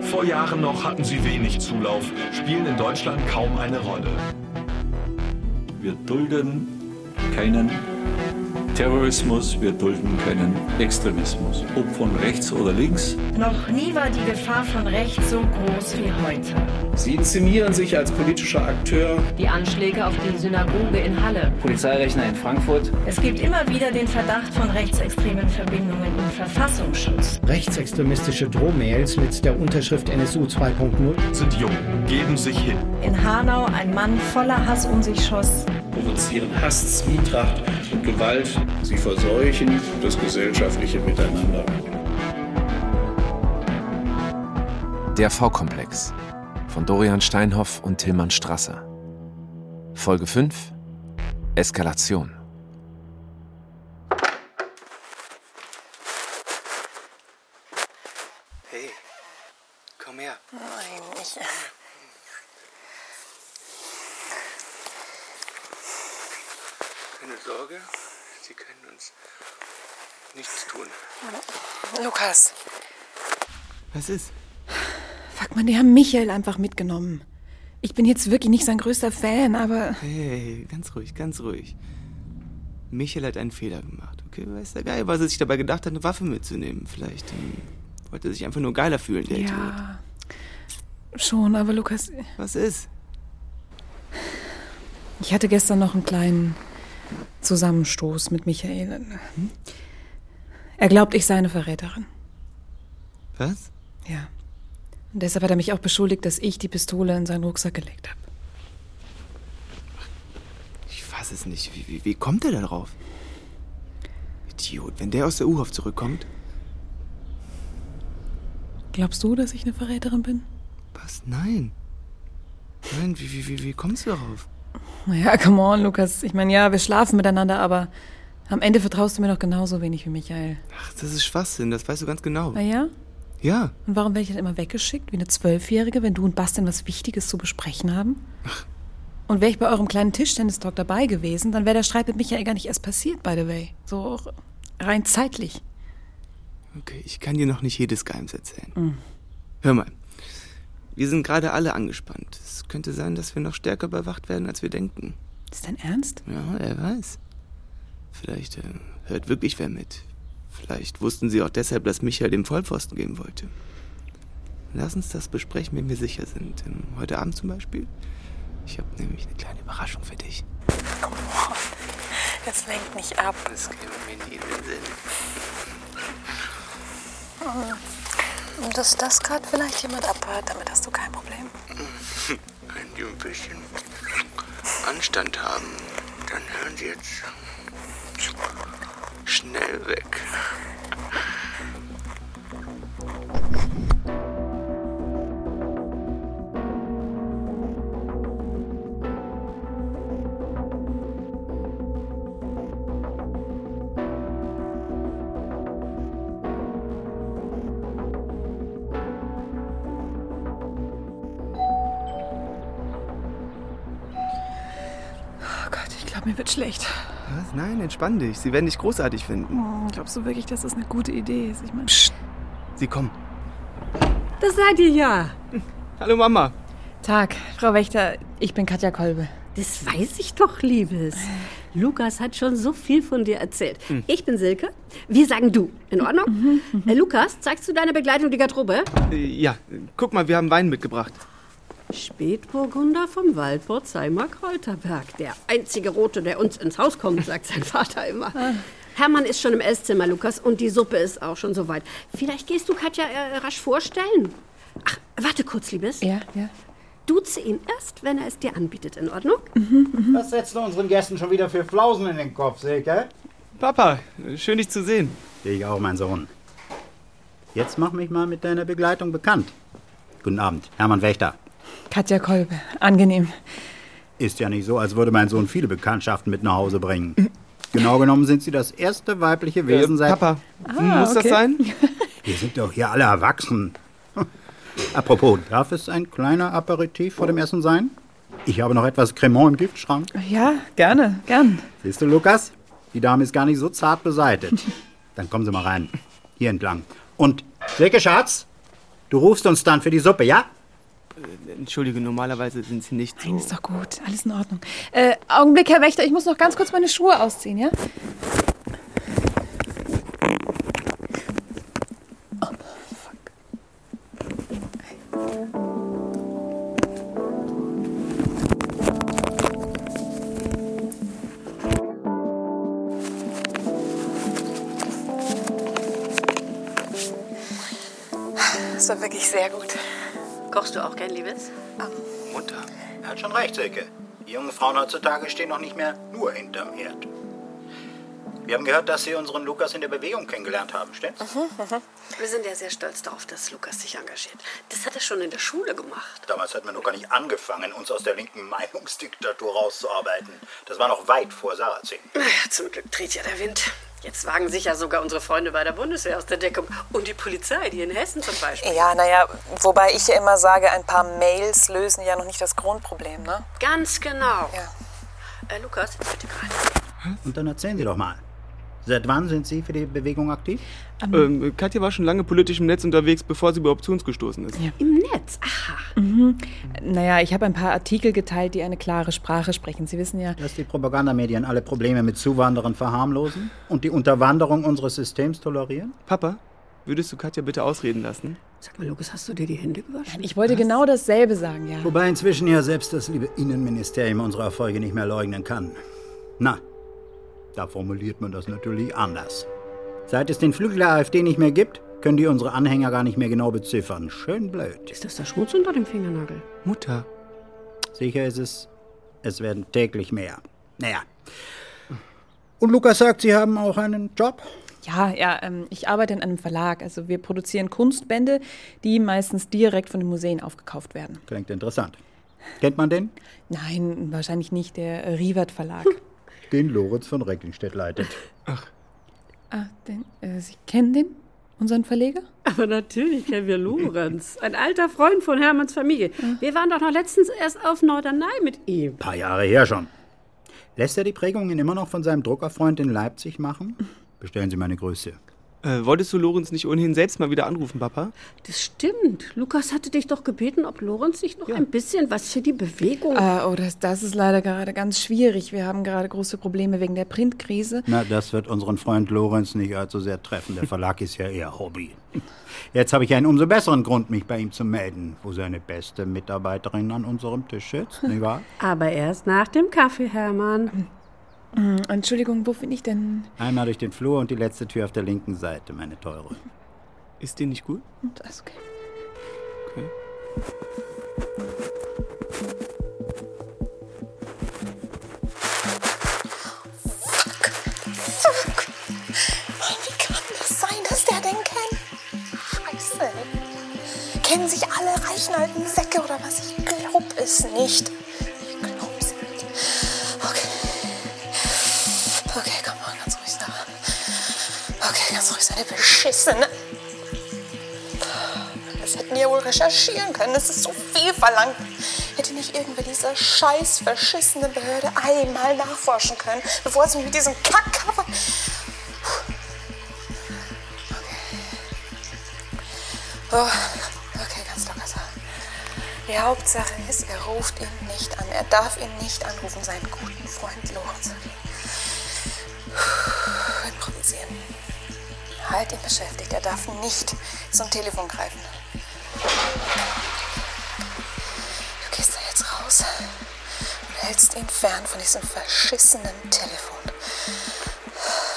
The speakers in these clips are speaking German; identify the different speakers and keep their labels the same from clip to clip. Speaker 1: Vorjahren noch hatten sie wenig Zulauf, spielen in Deutschland kaum eine Rolle.
Speaker 2: Wir dulden keinen Terrorismus, wir dulden keinen Extremismus. Ob von rechts oder links.
Speaker 3: Noch nie war die Gefahr von rechts so groß wie heute.
Speaker 4: Sie inszenieren sich als politischer Akteur.
Speaker 5: Die Anschläge auf die Synagoge in Halle.
Speaker 6: Polizeirechner in Frankfurt.
Speaker 3: Es gibt immer wieder den Verdacht von rechtsextremen Verbindungen im Verfassungsschutz.
Speaker 7: Rechtsextremistische Drohmails mit der Unterschrift NSU 2.0
Speaker 1: sind jung, geben sich hin.
Speaker 3: In Hanau ein Mann voller Hass um sich schoss.
Speaker 8: Provozieren Hass, Zwietracht und Gewalt. Sie verseuchen das gesellschaftliche Miteinander.
Speaker 9: Der V-Komplex von Dorian Steinhoff und Tillmann Strasser. Folge 5 Eskalation.
Speaker 10: Hey, komm her.
Speaker 11: Nein, ich.
Speaker 10: Keine Sorge, sie können uns nichts tun.
Speaker 11: Lukas.
Speaker 12: Was ist?
Speaker 11: Fuck man, die haben Michael einfach mitgenommen. Ich bin jetzt wirklich nicht sein größter Fan, aber.
Speaker 12: Hey, ganz ruhig, ganz ruhig. Michael hat einen Fehler gemacht, okay? Weiß der Geil, was er sich dabei gedacht hat, eine Waffe mitzunehmen. Vielleicht ähm, wollte er sich einfach nur geiler fühlen, der Idiot.
Speaker 11: Ja. Schon, aber Lukas,
Speaker 12: Was ist?
Speaker 11: ich hatte gestern noch einen kleinen Zusammenstoß mit Michael. Er glaubt, ich sei eine Verräterin.
Speaker 12: Was?
Speaker 11: Ja. Und deshalb hat er mich auch beschuldigt, dass ich die Pistole in seinen Rucksack gelegt habe.
Speaker 12: Ich fass es nicht. Wie, wie, wie kommt er da drauf? Idiot, wenn der aus der U-Haft zurückkommt.
Speaker 11: Glaubst du, dass ich eine Verräterin bin?
Speaker 12: Was? Nein. Nein, wie, wie, wie, wie kommst du darauf?
Speaker 11: Naja, come on, Lukas. Ich meine, ja, wir schlafen miteinander, aber am Ende vertraust du mir doch genauso wenig wie Michael.
Speaker 12: Ach, das ist Schwachsinn, das weißt du ganz genau.
Speaker 11: Naja,
Speaker 12: Ja,
Speaker 11: und warum werde ich dann immer weggeschickt, wie eine Zwölfjährige, wenn du und Bastian was Wichtiges zu besprechen haben? Und wäre ich bei eurem kleinen Tischtennistalk dabei gewesen, dann wäre der Streit mit Michael gar nicht erst passiert, by the way. So auch rein zeitlich.
Speaker 12: okay, ich kann dir noch nicht jedes Geheimnis erzählen. Hör mal, wir sind gerade alle angespannt. Es könnte sein, dass wir noch stärker überwacht werden, als wir denken.
Speaker 11: Ist dein Ernst?
Speaker 12: Ja, er weiß. Vielleicht äh, hört wirklich wer mit. Vielleicht wussten sie auch deshalb, dass Michael dem Vollpfosten geben wollte. Lass uns das besprechen, wenn wir sicher sind. Ähm, heute Abend zum Beispiel. Ich habe nämlich eine kleine Überraschung für dich.
Speaker 11: Das lenkt nicht ab.
Speaker 12: Das käme mir nie in den Sinn.
Speaker 11: Hm. Dass das gerade vielleicht jemand abhört, damit hast du kein Problem.
Speaker 10: Wenn die ein bisschen Anstand haben, dann hören sie jetzt schnell weg.
Speaker 11: Oh Gott, ich glaube, mir wird schlecht.
Speaker 12: Was? Nein, entspann dich. Sie werden dich großartig finden.
Speaker 11: Hm, Glaubst du wirklich, dass das eine gute Idee ist? Ich meine,
Speaker 13: Oh.
Speaker 12: Sie kommen.
Speaker 14: Das seid ihr ja.
Speaker 12: Hallo Mama.
Speaker 11: Tag, Frau Wächter, ich bin Katja Kolbe.
Speaker 14: Das weiß ich doch, Liebes. Lukas hat schon so viel von dir erzählt. Ich bin Silke. Wir sagen du. In Ordnung? Äh, Lukas, zeigst du deiner Begleitung die Garderobe?
Speaker 12: Äh, Ja, guck mal, wir haben Wein mitgebracht.
Speaker 14: Spätburgunder vom Wald Borzheimer Kräuterberg. Der einzige Rote, der uns ins Haus kommt, sagt sein Vater immer. Hermann ist schon im Esszimmer, Lukas, und die Suppe ist auch schon soweit. Vielleicht gehst du Katja äh, rasch vorstellen. Ach, warte kurz, Liebes.
Speaker 11: Ja, ja.
Speaker 14: Duze ihn erst, wenn er es dir anbietet. In Ordnung?
Speaker 15: Was setzt du unseren Gästen schon wieder für Flausen in den Kopf, Silke?
Speaker 12: Papa, schön dich zu sehen.
Speaker 15: Ich auch, mein Sohn. Jetzt mach mich mal mit deiner Begleitung bekannt. Guten Abend, Hermann Wächter.
Speaker 11: Katja Kolbe, angenehm.
Speaker 15: Ist ja nicht so, als würde mein Sohn viele Bekanntschaften mit nach Hause bringen. Genau genommen sind sie das erste weibliche Wesen seit...
Speaker 12: Papa,
Speaker 11: Ah,
Speaker 12: muss das
Speaker 11: okay.
Speaker 12: sein?
Speaker 15: Wir sind doch hier alle erwachsen. Hm. Apropos, darf es ein kleiner Aperitif vor dem Essen sein? Ich habe noch etwas Cremant im Giftschrank.
Speaker 11: Ja, gerne, gern.
Speaker 15: Siehst du, Lukas? Die Dame ist gar nicht so zart beseitet. Dann kommen Sie mal rein. Hier entlang. Und, Silke Schatz, Du rufst uns dann für die Suppe, ja?
Speaker 13: Äh, Entschuldige, normalerweise sind sie nicht so.
Speaker 11: Ist doch gut, alles in Ordnung. Äh, Augenblick, Herr Wächter, ich muss noch ganz kurz meine Schuhe ausziehen, ja?
Speaker 6: Das war wirklich sehr gut.
Speaker 14: Kochst du auch gern, Liebes?
Speaker 10: Mutter.
Speaker 15: Er hat schon recht, Silke. Die jungen Frauen heutzutage stehen noch nicht mehr nur hinterm Herd. Wir haben gehört, dass Sie unseren Lukas in der Bewegung kennengelernt haben, stimmt's?
Speaker 14: Wir sind ja sehr stolz darauf, dass Lukas sich engagiert. Das hat er schon in der Schule gemacht.
Speaker 15: Damals hat man noch gar nicht angefangen, uns aus der linken Meinungsdiktatur rauszuarbeiten. Das war noch weit vor Sarrazin.
Speaker 14: Naja, zum Glück dreht ja der Wind. Jetzt wagen sich ja sogar unsere Freunde bei der Bundeswehr aus der Deckung. Und die Polizei, die in Hessen zum Beispiel.
Speaker 6: Ah, Ja, naja, wobei ich ja immer sage, ein paar Mails lösen ja noch nicht das Grundproblem, ne?
Speaker 14: Ganz genau. Äh, Lukas, bitte gerade.
Speaker 15: Und dann erzählen Sie doch mal. Seit wann sind Sie für die Bewegung aktiv?
Speaker 13: Ähm, Katja war schon lange politisch im Netz unterwegs, bevor sie überhaupt zu uns gestoßen ist.
Speaker 14: Im Netz, aha.
Speaker 11: Mhm. Naja, ich habe ein paar Artikel geteilt, die eine klare Sprache sprechen. Sie wissen ja.
Speaker 15: Dass die Propagandamedien alle Probleme mit Zuwanderern verharmlosen und die Unterwanderung unseres Systems tolerieren?
Speaker 13: Papa, würdest du Katja bitte ausreden lassen?
Speaker 14: Sag mal, Lukas, hast du dir die Hände gewaschen?
Speaker 11: Ich wollte genau dasselbe sagen, ja.
Speaker 15: Wobei inzwischen ja selbst das liebe Innenministerium unsere Erfolge nicht mehr leugnen kann. Na, da formuliert man das natürlich anders. Seit es den Flügel der AfD nicht mehr gibt, können die unsere Anhänger gar nicht mehr genau beziffern. Schön blöd.
Speaker 14: Ist das der Schmutz unter dem Fingernagel?
Speaker 13: Mutter.
Speaker 15: Sicher ist es, es werden täglich mehr. Naja. Und Lukas sagt, Sie haben auch einen Job?
Speaker 11: Ja, ja, ähm, ich arbeite in einem Verlag. Also wir produzieren Kunstbände, die meistens direkt von den Museen aufgekauft werden.
Speaker 15: Klingt interessant. Kennt man den?
Speaker 11: Nein, wahrscheinlich nicht. Der äh, Riewert Verlag.
Speaker 15: Den Lorenz von Recklinstedt leitet.
Speaker 11: ah, den, äh, Sie kennen den? Unseren Verleger?
Speaker 14: Aber natürlich kennen wir Lorenz, ein alter Freund von Hermanns Familie.
Speaker 11: Hm.
Speaker 14: Wir waren doch noch letztens erst auf Norderney mit ihm.
Speaker 15: Paar Jahre her schon. Lässt er die Prägungen immer noch von seinem Druckerfreund in Leipzig machen? Bestellen Sie meine Grüße.
Speaker 13: Äh, wolltest du Lorenz nicht ohnehin selbst mal wieder anrufen, Papa?
Speaker 14: Das stimmt. Lukas hatte dich doch gebeten, ob Lorenz nicht noch ein bisschen was für die Bewegung.
Speaker 6: Äh.
Speaker 11: Ah, oh, das, das ist leider gerade ganz schwierig. Wir haben gerade große Probleme wegen der Printkrise.
Speaker 15: Na, das wird unseren Freund Lorenz nicht allzu sehr treffen. Der Verlag ist ja eher Hobby. Jetzt habe ich einen umso besseren Grund, mich bei ihm zu melden, wo seine beste Mitarbeiterin an unserem Tisch sitzt, nicht wahr?
Speaker 14: Aber erst nach dem Kaffee, Hermann.
Speaker 11: Hm, Entschuldigung, wo finde ich denn?
Speaker 15: Einmal durch den Flur und die letzte Tür auf der linken Seite, meine Teure.
Speaker 13: Ist dir nicht gut?
Speaker 11: Hm, Das ist okay.
Speaker 13: Okay.
Speaker 6: Wie kann das sein, dass der den kennt? Scheiße. Kennen sich alle reichen alten Säcke oder was? Ich glaub es nicht. Ich glaub's nicht. Okay. Okay, komm mal ganz ruhig da. Okay, ganz ruhig, seine Beschissene. Das hätten wir ja wohl recherchieren können. Das ist so viel verlangt. Hätte nicht irgendwer dieser scheiß verschissene Behörde einmal nachforschen können, bevor es mich mit diesem Kackcover. Oh, okay, ganz locker sein. Die Hauptsache ist, er ruft ihn nicht an. Er darf ihn nicht anrufen, seinen guten Freund Lorenz. Okay. Improvisieren. Halt ihn beschäftigt. Er darf nicht zum Telefon greifen. Du gehst da jetzt raus und hältst ihn fern von diesem verschissenen Telefon.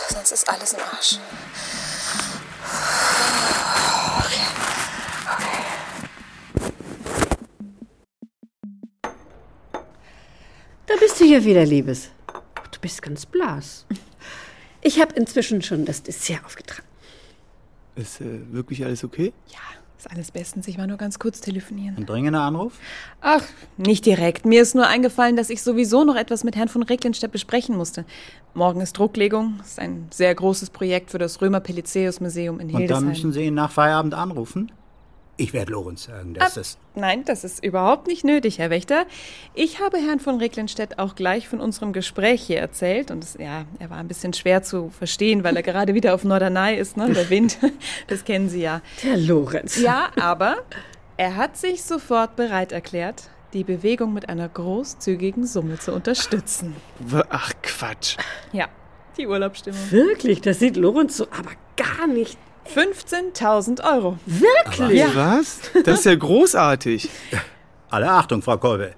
Speaker 6: Sonst ist alles im Arsch.
Speaker 14: Da bist du hier wieder, Liebes. Du bist ganz blass. Ich habe inzwischen schon das Dessert aufgetragen.
Speaker 13: Ist äh, wirklich alles okay?
Speaker 11: Ist alles bestens. Ich war nur ganz kurz telefonieren.
Speaker 15: Ein dringender Anruf?
Speaker 11: Ach, nicht direkt. Mir ist nur eingefallen, dass ich sowieso noch etwas mit Herrn von Recklinstedt besprechen musste. Morgen ist Drucklegung. Ist ein sehr großes Projekt für das Römer-Pelizeus-Museum in
Speaker 15: Und dann
Speaker 11: Hildesheim.
Speaker 15: müssen Sie ihn nach Feierabend anrufen? Ich werde Lorenz sagen, dass
Speaker 11: Ab-
Speaker 15: es.
Speaker 11: Nein, das ist überhaupt nicht nötig, Herr Wächter. Ich habe Herrn von Recklenstedt auch gleich von unserem Gespräch hier erzählt. Und es, ja, er war ein bisschen schwer zu verstehen, weil er gerade wieder auf Norderney ist, ne? Der Wind, das kennen Sie ja.
Speaker 14: Der Äh, Lorenz.
Speaker 11: Ja, aber er hat sich sofort bereit erklärt, die Bewegung mit einer großzügigen Summe zu unterstützen.
Speaker 13: Ach, Quatsch.
Speaker 11: Ja, die Urlaubsstimmung.
Speaker 14: Wirklich, das sieht Lorenz so, aber gar nicht.
Speaker 11: 15.000 Euro.
Speaker 14: Wirklich?
Speaker 11: Ja.
Speaker 13: Was? Das ist ja großartig.
Speaker 15: Alle Achtung, Frau Kolbe.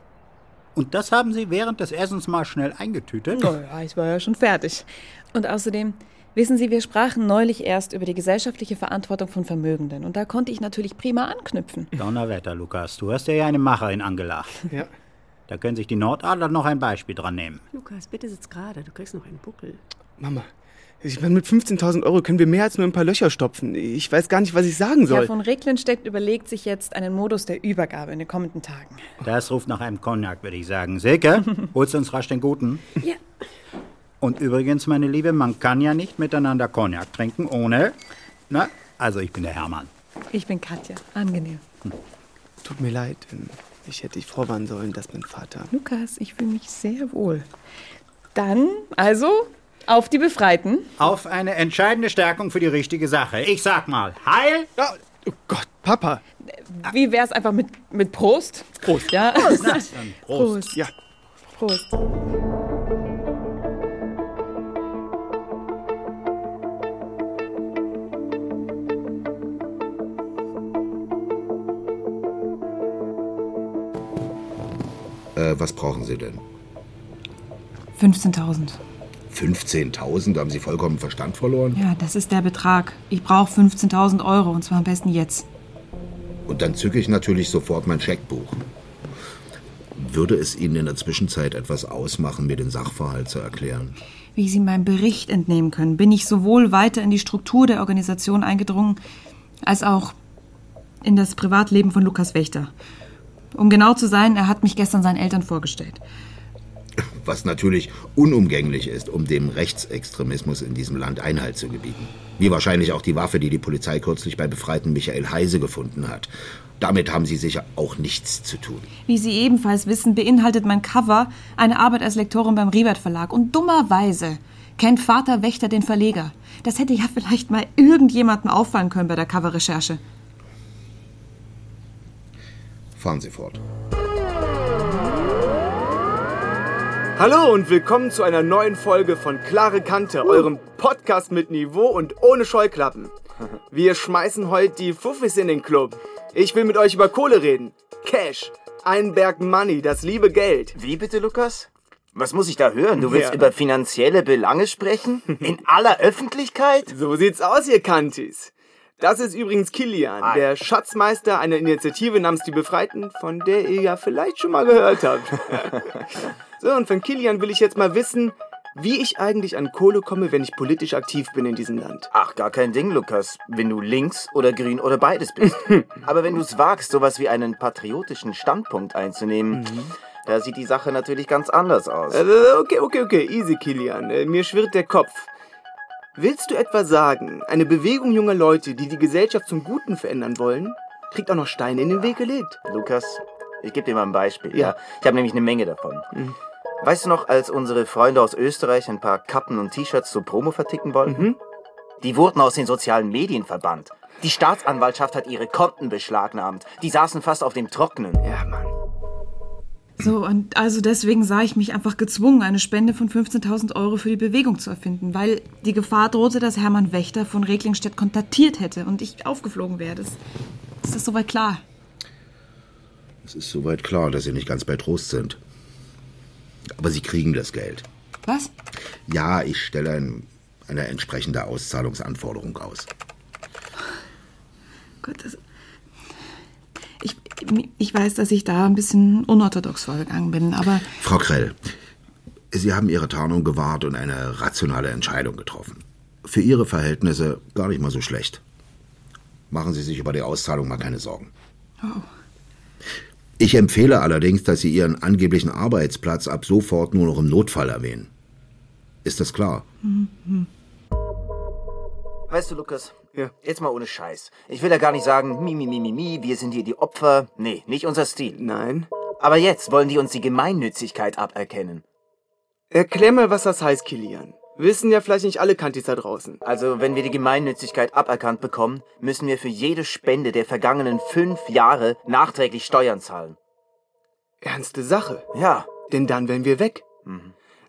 Speaker 15: Und das haben Sie während des Essens mal schnell eingetütet?
Speaker 11: Naja, ich war ja schon fertig. Und außerdem, wissen Sie, wir sprachen neulich erst über die gesellschaftliche Verantwortung von Vermögenden. Und da konnte ich natürlich prima anknüpfen.
Speaker 15: Donnerwetter, Lukas. Du hast ja eine Macherin angelacht.
Speaker 11: Ja.
Speaker 15: Da können sich die Nordadler noch ein Beispiel dran nehmen.
Speaker 14: Lukas, bitte sitz gerade, du kriegst noch einen Buckel.
Speaker 13: Mama, ich meine, mit 15.000 Euro können wir mehr als nur ein paar Löcher stopfen. Ich weiß gar nicht, was ich sagen soll.
Speaker 11: Herr von Recklenstedt überlegt sich jetzt einen Modus der Übergabe in den kommenden Tagen.
Speaker 15: Das ruft nach einem Cognac, würde ich sagen. Silke, holst du uns rasch den guten?
Speaker 11: Ja.
Speaker 15: Und übrigens, meine Liebe, man kann ja nicht miteinander Cognac trinken ohne... Na, also ich bin der Hermann.
Speaker 11: Ich bin Katja. Angenehm.
Speaker 13: Tut mir leid. ähm, Ich hätte dich vorwarnen sollen, dass mein Vater.
Speaker 11: Lukas, ich fühle mich sehr wohl. Dann, also, auf die Befreiten.
Speaker 15: Auf eine entscheidende Stärkung für die richtige Sache. Ich sag mal, heil...
Speaker 13: Oh, Gott, Papa.
Speaker 11: Wie wär's einfach mit, mit Prost? Prost. Ja.
Speaker 15: Prost. Na, dann Prost.
Speaker 13: Ja.
Speaker 11: Prost.
Speaker 1: Äh, was brauchen Sie denn?
Speaker 16: 15.000.
Speaker 1: 15.000? Haben Sie vollkommen Verstand verloren?
Speaker 16: Ja, das ist der Betrag. Ich brauche 15.000 Euro und zwar am besten jetzt.
Speaker 1: Und dann zücke ich natürlich sofort mein Scheckbuch. Würde es Ihnen in der Zwischenzeit etwas ausmachen, mir den Sachverhalt zu erklären?
Speaker 16: Wie Sie meinem Bericht entnehmen können, bin ich sowohl weiter in die Struktur der Organisation eingedrungen, als auch in das Privatleben von Lukas Wächter. Um genau zu sein, er hat mich gestern seinen Eltern vorgestellt.
Speaker 1: Was natürlich unumgänglich ist, um dem Rechtsextremismus in diesem Land Einhalt zu gebieten. Wie wahrscheinlich auch die Waffe, die die Polizei kürzlich bei befreiten Michael Heise gefunden hat. Damit haben Sie sicher auch nichts zu tun.
Speaker 16: Wie Sie ebenfalls wissen, beinhaltet mein Cover eine Arbeit als Lektorin beim Riebert Verlag. Und dummerweise kennt Vater Wächter den Verleger. Das hätte ja vielleicht mal irgendjemandem auffallen können bei der Coverrecherche.
Speaker 1: Fahren Sie fort.
Speaker 12: Hallo und willkommen zu einer neuen Folge von Klare Kante, eurem Podcast mit Niveau und ohne Scheuklappen. Wir schmeißen heute die Fuffis in den Club. Ich will mit euch über Kohle reden. Cash, ein Berg Money, das liebe Geld. Wie bitte, Lukas?
Speaker 17: Was muss ich da hören? Du willst
Speaker 12: Ja.
Speaker 17: über finanzielle Belange sprechen? In aller Öffentlichkeit?
Speaker 12: So sieht's aus, ihr Kantis. Das ist übrigens Kilian, der Schatzmeister einer Initiative namens Die Befreiten, von der ihr ja vielleicht schon mal gehört habt. so, und von Kilian will ich jetzt mal wissen, wie ich eigentlich an Kohle komme, wenn ich politisch aktiv bin in diesem Land.
Speaker 17: Ach, gar kein Ding, Lukas, wenn du links oder grün oder beides bist. Aber wenn du es wagst, sowas wie einen patriotischen Standpunkt einzunehmen, da sieht die Sache natürlich ganz anders aus.
Speaker 12: Mhm. Äh, Okay, okay, okay, easy, Kilian. Äh, Mir schwirrt der Kopf. Willst du etwa sagen, eine Bewegung junger Leute, die die Gesellschaft zum Guten verändern wollen, kriegt auch noch Steine in den Weg gelegt?
Speaker 17: Lukas, ich gebe dir mal ein Beispiel.
Speaker 12: Ja.
Speaker 17: Ja. Ich habe nämlich eine Menge davon. Weißt du noch, als unsere Freunde aus Österreich ein paar Kappen und T-Shirts zur Promo verticken wollten? Die wurden aus den sozialen Medien verbannt. Die Staatsanwaltschaft hat ihre Konten beschlagnahmt. Die saßen fast auf dem Trockenen. Ja, Mann.
Speaker 16: So, und also deswegen sah ich mich einfach gezwungen, eine Spende von 15.000 Euro für die Bewegung zu erfinden, weil die Gefahr drohte, dass Hermann Wächter von Reglingstedt kontaktiert hätte und ich aufgeflogen wäre. Das, ist das soweit klar?
Speaker 1: Es ist soweit klar, dass Sie nicht ganz bei Trost sind. Aber Sie kriegen das Geld.
Speaker 16: Was?
Speaker 1: Ja, ich stelle ein, eine entsprechende Auszahlungsanforderung aus.
Speaker 16: Gott, das, ich, ich weiß, dass ich da ein bisschen unorthodox vorgegangen bin, aber
Speaker 1: Frau Krell, Sie haben Ihre Tarnung gewahrt und eine rationale Entscheidung getroffen. Für Ihre Verhältnisse gar nicht mal so schlecht. Machen Sie sich über die Auszahlung mal keine Sorgen.
Speaker 16: oh,
Speaker 1: Ich empfehle allerdings, dass Sie Ihren angeblichen Arbeitsplatz ab sofort nur noch im Notfall erwähnen. Ist das klar?
Speaker 17: Weißt du, Lukas,
Speaker 12: Ja.
Speaker 17: Jetzt mal ohne Scheiß. Ich will ja gar nicht sagen, mi, mi, mi, mi, mi, wir sind hier die Opfer. Nee, nicht unser Stil.
Speaker 12: Nein.
Speaker 17: Aber jetzt wollen die uns die Gemeinnützigkeit aberkennen.
Speaker 12: Erklär mal, was das heißt, Kilian. Wissen ja vielleicht nicht alle Kantis da draußen.
Speaker 17: Also, wenn wir die Gemeinnützigkeit aberkannt bekommen, müssen wir für jede Spende der vergangenen fünf Jahre nachträglich Steuern zahlen.
Speaker 12: Ernste Sache.
Speaker 17: Ja. Mhm.
Speaker 12: Denn dann wären wir weg.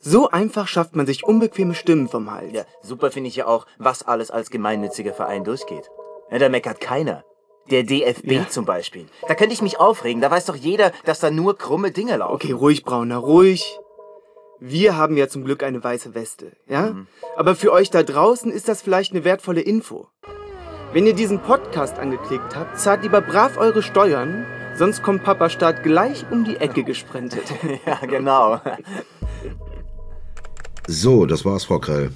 Speaker 12: So einfach schafft man sich unbequeme Stimmen vom Hals.
Speaker 17: Ja, super finde ich ja auch, was alles als gemeinnütziger Verein durchgeht. Ja, da meckert keiner. Der DFB
Speaker 12: Ja.
Speaker 17: zum Beispiel. Da könnte ich mich aufregen, da weiß doch jeder, dass da nur krumme Dinge laufen.
Speaker 12: Okay, ruhig, Brauner, ruhig. Wir haben ja zum Glück eine weiße Weste, ja?
Speaker 17: Mhm.
Speaker 12: Aber für euch da draußen ist das vielleicht eine wertvolle Info. Wenn ihr diesen Podcast angeklickt habt, zahlt lieber brav eure Steuern, sonst kommt Papa Staat gleich um die Ecke gesprintet.
Speaker 17: ja, genau.
Speaker 1: So, das war's, Frau Krell.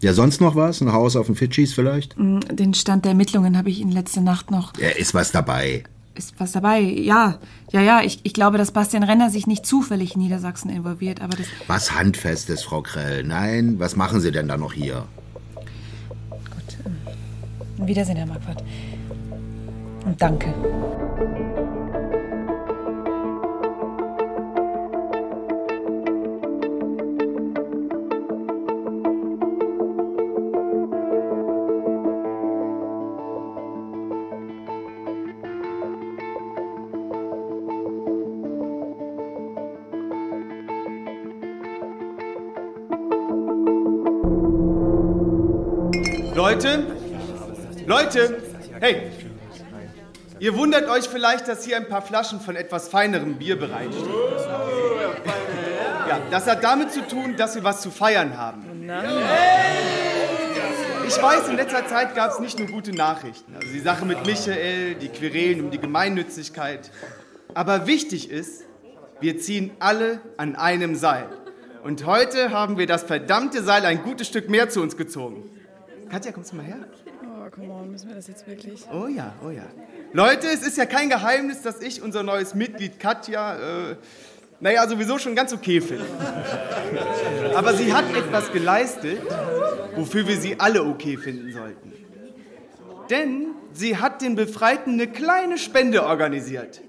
Speaker 1: Ja, sonst noch was? Ein Haus auf den Fidschis vielleicht?
Speaker 16: Mm, Den Stand der Ermittlungen habe ich Ihnen letzte Nacht noch.
Speaker 1: Ja, ist was dabei.
Speaker 16: Ist was dabei? Ja, ja, ja. Ich, ich glaube, dass Bastian Renner sich nicht zufällig in Niedersachsen involviert, aber das.
Speaker 1: Was Handfestes, Frau Krell. Nein, was machen Sie denn da noch hier?
Speaker 16: ähm, Wiedersehen, Herr Marquardt. Und danke.
Speaker 12: Leute, Leute, hey, ihr wundert euch vielleicht, dass hier ein paar Flaschen von etwas feinerem Bier bereitstehen. Ja, das hat damit zu tun, dass wir was zu feiern haben. Ich weiß, in letzter Zeit gab es nicht nur gute Nachrichten. Also die Sache mit Michael, die Querelen um die Gemeinnützigkeit. Aber wichtig ist, wir ziehen alle an einem Seil. Und heute haben wir das verdammte Seil ein gutes Stück mehr zu uns gezogen. Katja, kommst du mal her?
Speaker 18: Oh, come on, müssen wir das jetzt wirklich?
Speaker 12: Oh ja, oh ja. Leute, es ist ja kein Geheimnis, dass ich unser neues Mitglied Katja, äh, naja, sowieso schon ganz okay finde. Aber sie hat etwas geleistet, wofür wir sie alle okay finden sollten. Denn sie hat den Befreiten eine kleine Spende organisiert.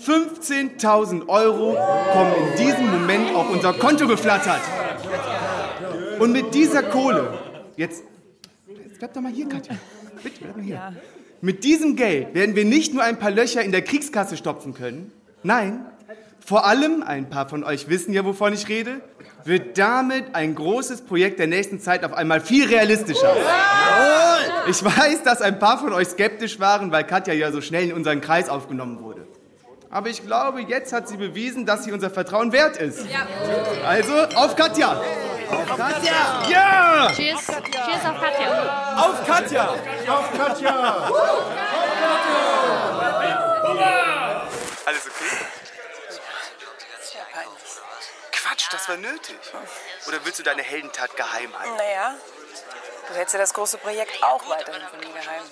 Speaker 12: 15.000 Euro kommen in diesem Moment auf unser Konto geflattert. Und mit dieser Kohle, jetzt, jetzt bleib doch mal hier, Katja. Bitte, bleib mal hier. Mit diesem Geld werden wir nicht nur ein paar Löcher in der Kriegskasse stopfen können, nein, vor allem, ein paar von euch wissen ja, wovon ich rede, wird damit ein großes Projekt der nächsten Zeit auf einmal viel realistischer. Ich weiß, dass ein paar von euch skeptisch waren, weil Katja ja so schnell in unseren Kreis aufgenommen wurde. Aber ich glaube, jetzt hat sie bewiesen, dass sie unser Vertrauen wert ist. Also, auf Katja! Auf Katja! Ja!
Speaker 3: Cheers. Cheers auf Katja.
Speaker 12: Auf Katja! Auf Katja! Alles okay? Quatsch, das war nötig. Oder willst du deine Heldentat geheim halten?
Speaker 18: Naja, du hältst ja das große Projekt auch weiterhin von mir geheim.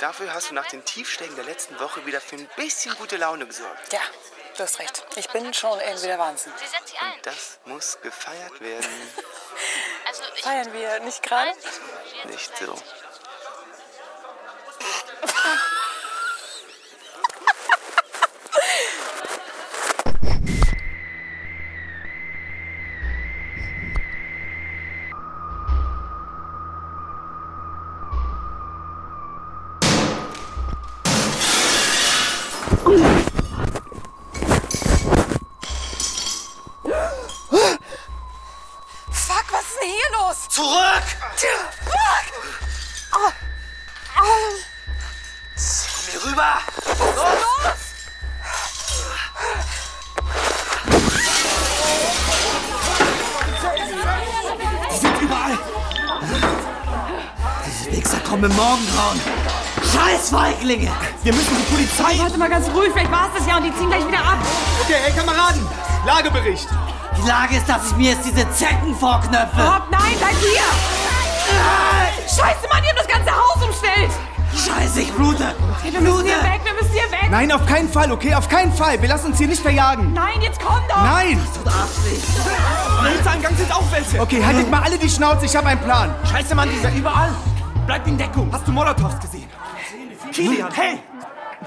Speaker 12: Dafür hast du nach den Tiefschlägen der letzten Woche wieder für ein bisschen gute Laune gesorgt.
Speaker 18: Ja, du hast recht. Ich bin schon irgendwie der Wahnsinn.
Speaker 12: Und das muss gefeiert werden.
Speaker 18: Feiern wir nicht gerade?
Speaker 12: Nicht so.
Speaker 18: Fuck, was ist denn hier los?
Speaker 12: Zurück!
Speaker 18: Tja, Fuck! Oh. Oh.
Speaker 12: Komm hier rüber!
Speaker 3: Die
Speaker 12: sind überall. Diese Wichser kommen im Morgengrauen. Scheiß Weiglinge! Wir müssen die Polizei...
Speaker 3: Warte mal ganz ruhig, vielleicht war es das ja und die ziehen gleich wieder ab.
Speaker 12: Okay, hey Kameraden! Lagebericht!
Speaker 19: Die Lage ist, dass ich mir jetzt diese Zecken vorknöpfe.
Speaker 3: Hopp, nein, bleib hier! Scheiße, Mann, die haben das ganze Haus umstellt!
Speaker 12: Scheiße, ich blute!
Speaker 3: Okay, wir müssen hier weg, wir müssen hier weg!
Speaker 12: Nein, auf keinen Fall, okay? Auf keinen Fall! Wir lassen uns hier nicht verjagen!
Speaker 3: Nein, jetzt komm doch!
Speaker 12: Nein! Hintereingang sind auch welche! Okay, haltet mal alle die Schnauze, ich habe einen Plan! Scheiße, Mann, die sind überall! Bleib in Deckung! Hast du Molotovs gesehen? Kilian, hey!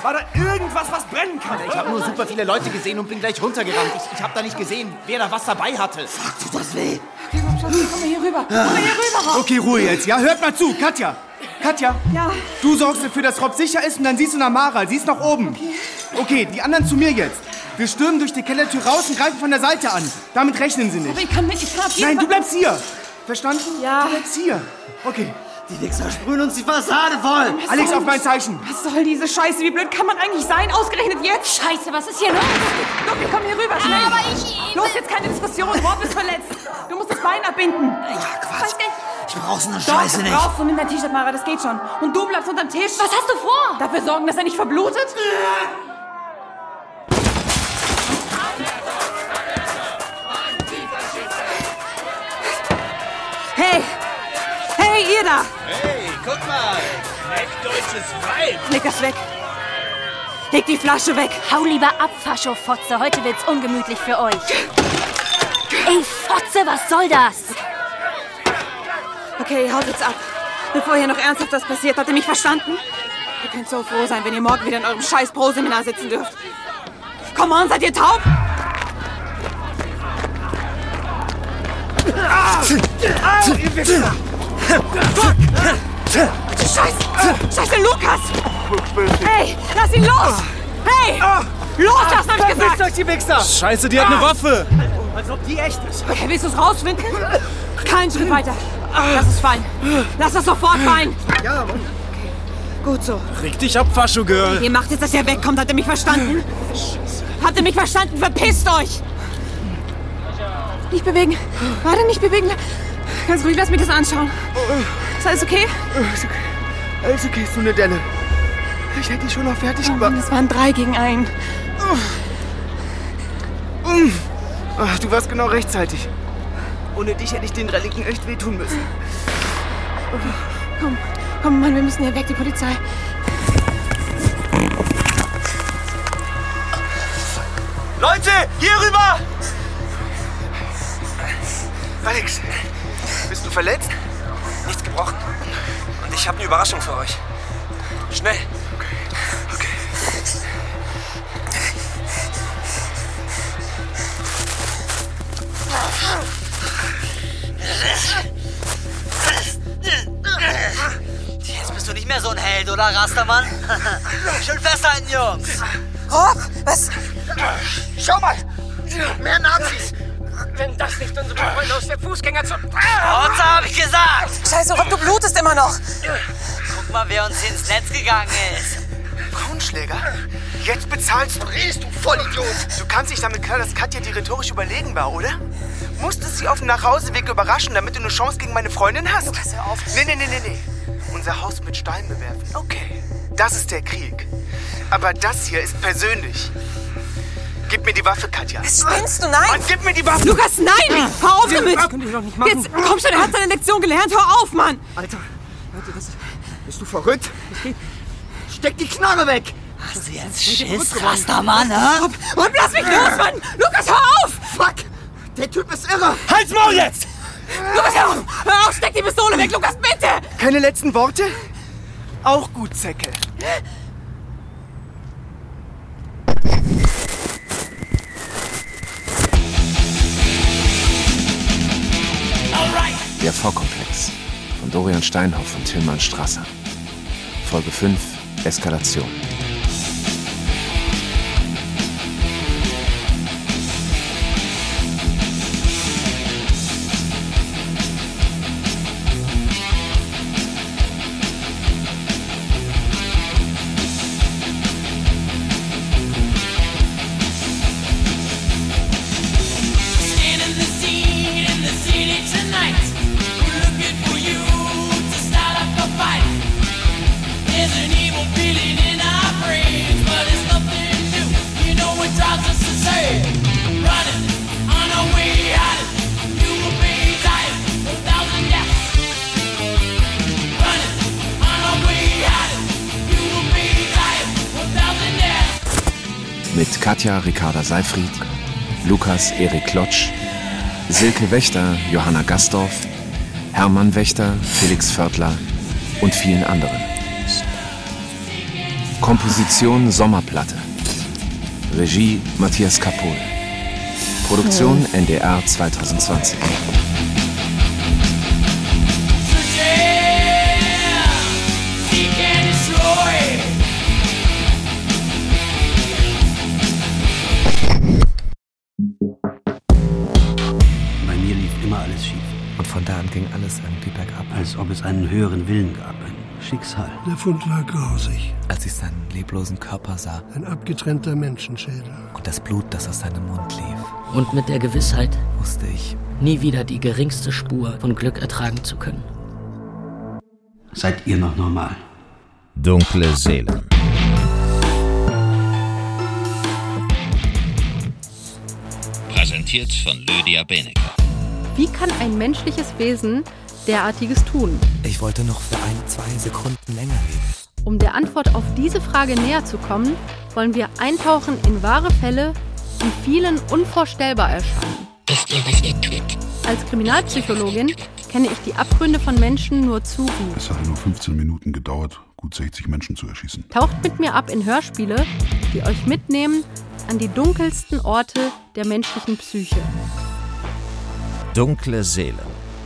Speaker 12: War da irgendwas, was brennen kann?
Speaker 15: Ich habe nur super viele Leute gesehen und bin gleich runtergerannt. Ich, ich habe da nicht gesehen, wer da was dabei hatte. Fuck, tut das weh.
Speaker 11: Okay, komm schon, komm mal hier rüber. Komm mal hier rüber, Rob.
Speaker 12: Okay, Ruhe jetzt, ja? Hört mal zu, Katja! Katja!
Speaker 11: Ja.
Speaker 12: Du sorgst dafür, dass Rob sicher ist und dann siehst du Namara. Sie ist nach oben. Okay. Okay, die anderen zu mir jetzt. Wir stürmen durch die Kellertür raus und greifen von der Seite an. Damit rechnen sie nicht.
Speaker 11: Aber ich kann mit, ich kann auf jeden
Speaker 12: Nein,
Speaker 11: Fall-
Speaker 12: du bleibst hier. Verstanden? Ja. Du bleibst hier. Okay.
Speaker 20: Die Wichser sprühen uns die Fassade voll.
Speaker 11: Was
Speaker 12: Alex,
Speaker 11: soll-
Speaker 12: auf mein Zeichen.
Speaker 11: Was soll diese Scheiße? Wie blöd kann man eigentlich sein? Ausgerechnet jetzt? Scheiße, was ist hier los? Lucky, komm hier rüber, schnell.
Speaker 3: Aber ich-
Speaker 11: Los, jetzt keine Diskussion. Rob ist verletzt. Du musst das Bein abbinden. Ja, Quatsch.
Speaker 20: Ich brauch so eine
Speaker 11: Doch,
Speaker 20: Scheiße
Speaker 11: das
Speaker 20: nicht.
Speaker 11: brauchst du. Nimm dein T-Shirt, Mara, das geht schon. Und du bleibst unterm Tisch. Was hast du vor? Dafür sorgen, dass er nicht verblutet? Hey! Hey, ihr da!
Speaker 15: Hey, guck mal. Echt deutsches Weib.
Speaker 11: Leg das weg! Leg die Flasche weg!
Speaker 3: Hau lieber ab, Faschofotze. Heute wird's ungemütlich für euch. Ey, Fotze, was soll das?
Speaker 11: Okay, haut jetzt ab. Bevor hier noch ernsthaft was passiert, habt ihr mich verstanden? Ihr könnt so froh sein, wenn ihr morgen wieder in eurem scheiß Pro-Seminar sitzen dürft. Come on, seid ihr taub?
Speaker 12: Au! Au, ihr Wichser!
Speaker 11: Fuck! Scheiße! Scheiße, Lukas! Hey, lass ihn los! Hey! Los, das hab ich gesagt!
Speaker 12: euch, die Wichser! Scheiße, die hat
Speaker 15: Ah!
Speaker 12: eine Waffe! Als ob die echt ist.
Speaker 11: Okay, willst du es rausfinden? Keinen Schritt weiter. Lass es fallen. Lass es sofort fallen. Ja, okay. Gut so.
Speaker 12: Reg dich ab, Fascho-Girl!
Speaker 11: Ihr macht jetzt, dass er wegkommt. Habt ihr mich verstanden? Habt ihr mich verstanden? Verpisst euch! Nicht bewegen. Warte, nicht bewegen. Ganz ruhig, lass mich das anschauen. Ist alles okay?
Speaker 12: Ist okay. Alles okay, ist nur eine Delle. Ich hätte dich schon noch fertig gemacht.
Speaker 11: Es waren drei gegen einen.
Speaker 12: Ach, du warst genau rechtzeitig. Ohne dich hätte ich den Relikten echt wehtun müssen.
Speaker 11: Komm, komm, Mann, wir müssen hier weg, die Polizei.
Speaker 12: Leute, hier rüber! Alex, bist du verletzt?
Speaker 1: Nichts gebrochen. Und ich habe eine Überraschung für euch. Schnell.
Speaker 20: Jetzt bist du nicht mehr so ein Held, oder, Rastermann? Schön festhalten, Jungs.
Speaker 21: Rob, was? Schau mal! Mehr Nazis! Wenn das nicht unsere Freunde aus der Fußgängerzone.
Speaker 20: Rotze, hab ich gesagt.
Speaker 21: Scheiße, Rob, du blutest immer noch!
Speaker 20: Guck mal, wer uns hier ins Netz gegangen ist.
Speaker 12: Braunschläger? Jetzt bezahlst du. Drehst du Vollidiot! Du kannst dich damit klar, dass Katja dir rhetorisch überlegen war, oder? Musstest sie auf dem Nachhauseweg überraschen, damit du eine Chance gegen meine Freundin hast? Pass auf. Nee, nee, nee, nee, nee. Unser Haus mit Steinen bewerfen. Okay. Das ist der Krieg. Aber das hier ist persönlich. Gib mir die Waffe, Katja.
Speaker 21: Was spinnst du? Nein!
Speaker 12: Mann, gib mir die Waffe!
Speaker 11: Lukas, nein! Hör auf damit!
Speaker 12: Das könnt ihr doch nicht machen.
Speaker 11: Jetzt komm schon, er hat seine Lektion gelernt. Hör auf, Mann!
Speaker 12: Alter, Leute, das, bist du verrückt? Steck die Knarre weg!
Speaker 20: Hast du jetzt Schiss, Rastermann, hä?
Speaker 12: Rob,
Speaker 11: Rob, lass mich los, Mann! Lukas, hör auf!
Speaker 12: Fuck! Der Typ ist irre! Halt's Maul jetzt!
Speaker 11: Lukas, hör auf! Hör auf, steck die Pistole weg! Lukas, bitte!
Speaker 12: Keine letzten Worte? Auch gut, Zecke.
Speaker 9: Der V-Komplex von Dorian Steinhoff und Tillmann Strasser. Folge 5 Eskalation.
Speaker 3: Stand in the scene, in the city tonight. We're looking for you to start up a fight. There's an evil feeling in our brains, but it's nothing new. You know what drives us insane. Running on our way out. You will be dying a thousand deaths. Running on our way out. You will be dying a thousand deaths.
Speaker 9: Mit Katja Ricarda Seifried, Lukas Erik Klotsch, Silke Wächter Johanna Gastorf, Hermann Wächter Felix Vörtler, und vielen anderen. Komposition Sommerplatte. Regie Matthias Kapohl. Produktion NDR 2020.
Speaker 22: Seek and destroy.
Speaker 15: Bei mir lief immer alles schief. Und von da an ging alles irgendwie bergab. Als ob es einen höheren Willen gab, ein Schicksal.
Speaker 23: Der Fund war grausig.
Speaker 15: Als ich seinen leblosen Körper sah
Speaker 23: Ein abgetrennter Menschenschädel.
Speaker 15: und das Blut, das aus seinem Mund lief,
Speaker 3: Und mit der Gewissheit,
Speaker 15: wusste ich,
Speaker 3: nie wieder die geringste Spur von Glück ertragen zu können.
Speaker 15: seid ihr noch normal?
Speaker 24: Dunkle Seelen.
Speaker 25: Präsentiert von Lydia Benecke.
Speaker 11: Wie kann ein menschliches Wesen derartiges tun?
Speaker 15: Ich wollte noch für ein, zwei Sekunden länger leben.
Speaker 11: Um der Antwort auf diese Frage näher zu kommen, wollen wir eintauchen in wahre Fälle, die vielen unvorstellbar erscheinen. Als Kriminalpsychologin kenne ich die Abgründe von Menschen nur zu gut.
Speaker 1: Es hatte nur 15 Minuten gedauert, gut 60 Menschen zu erschießen.
Speaker 11: Taucht mit mir ab in Hörspiele, die euch mitnehmen an die dunkelsten Orte der menschlichen Psyche.
Speaker 24: Dunkle Seelen.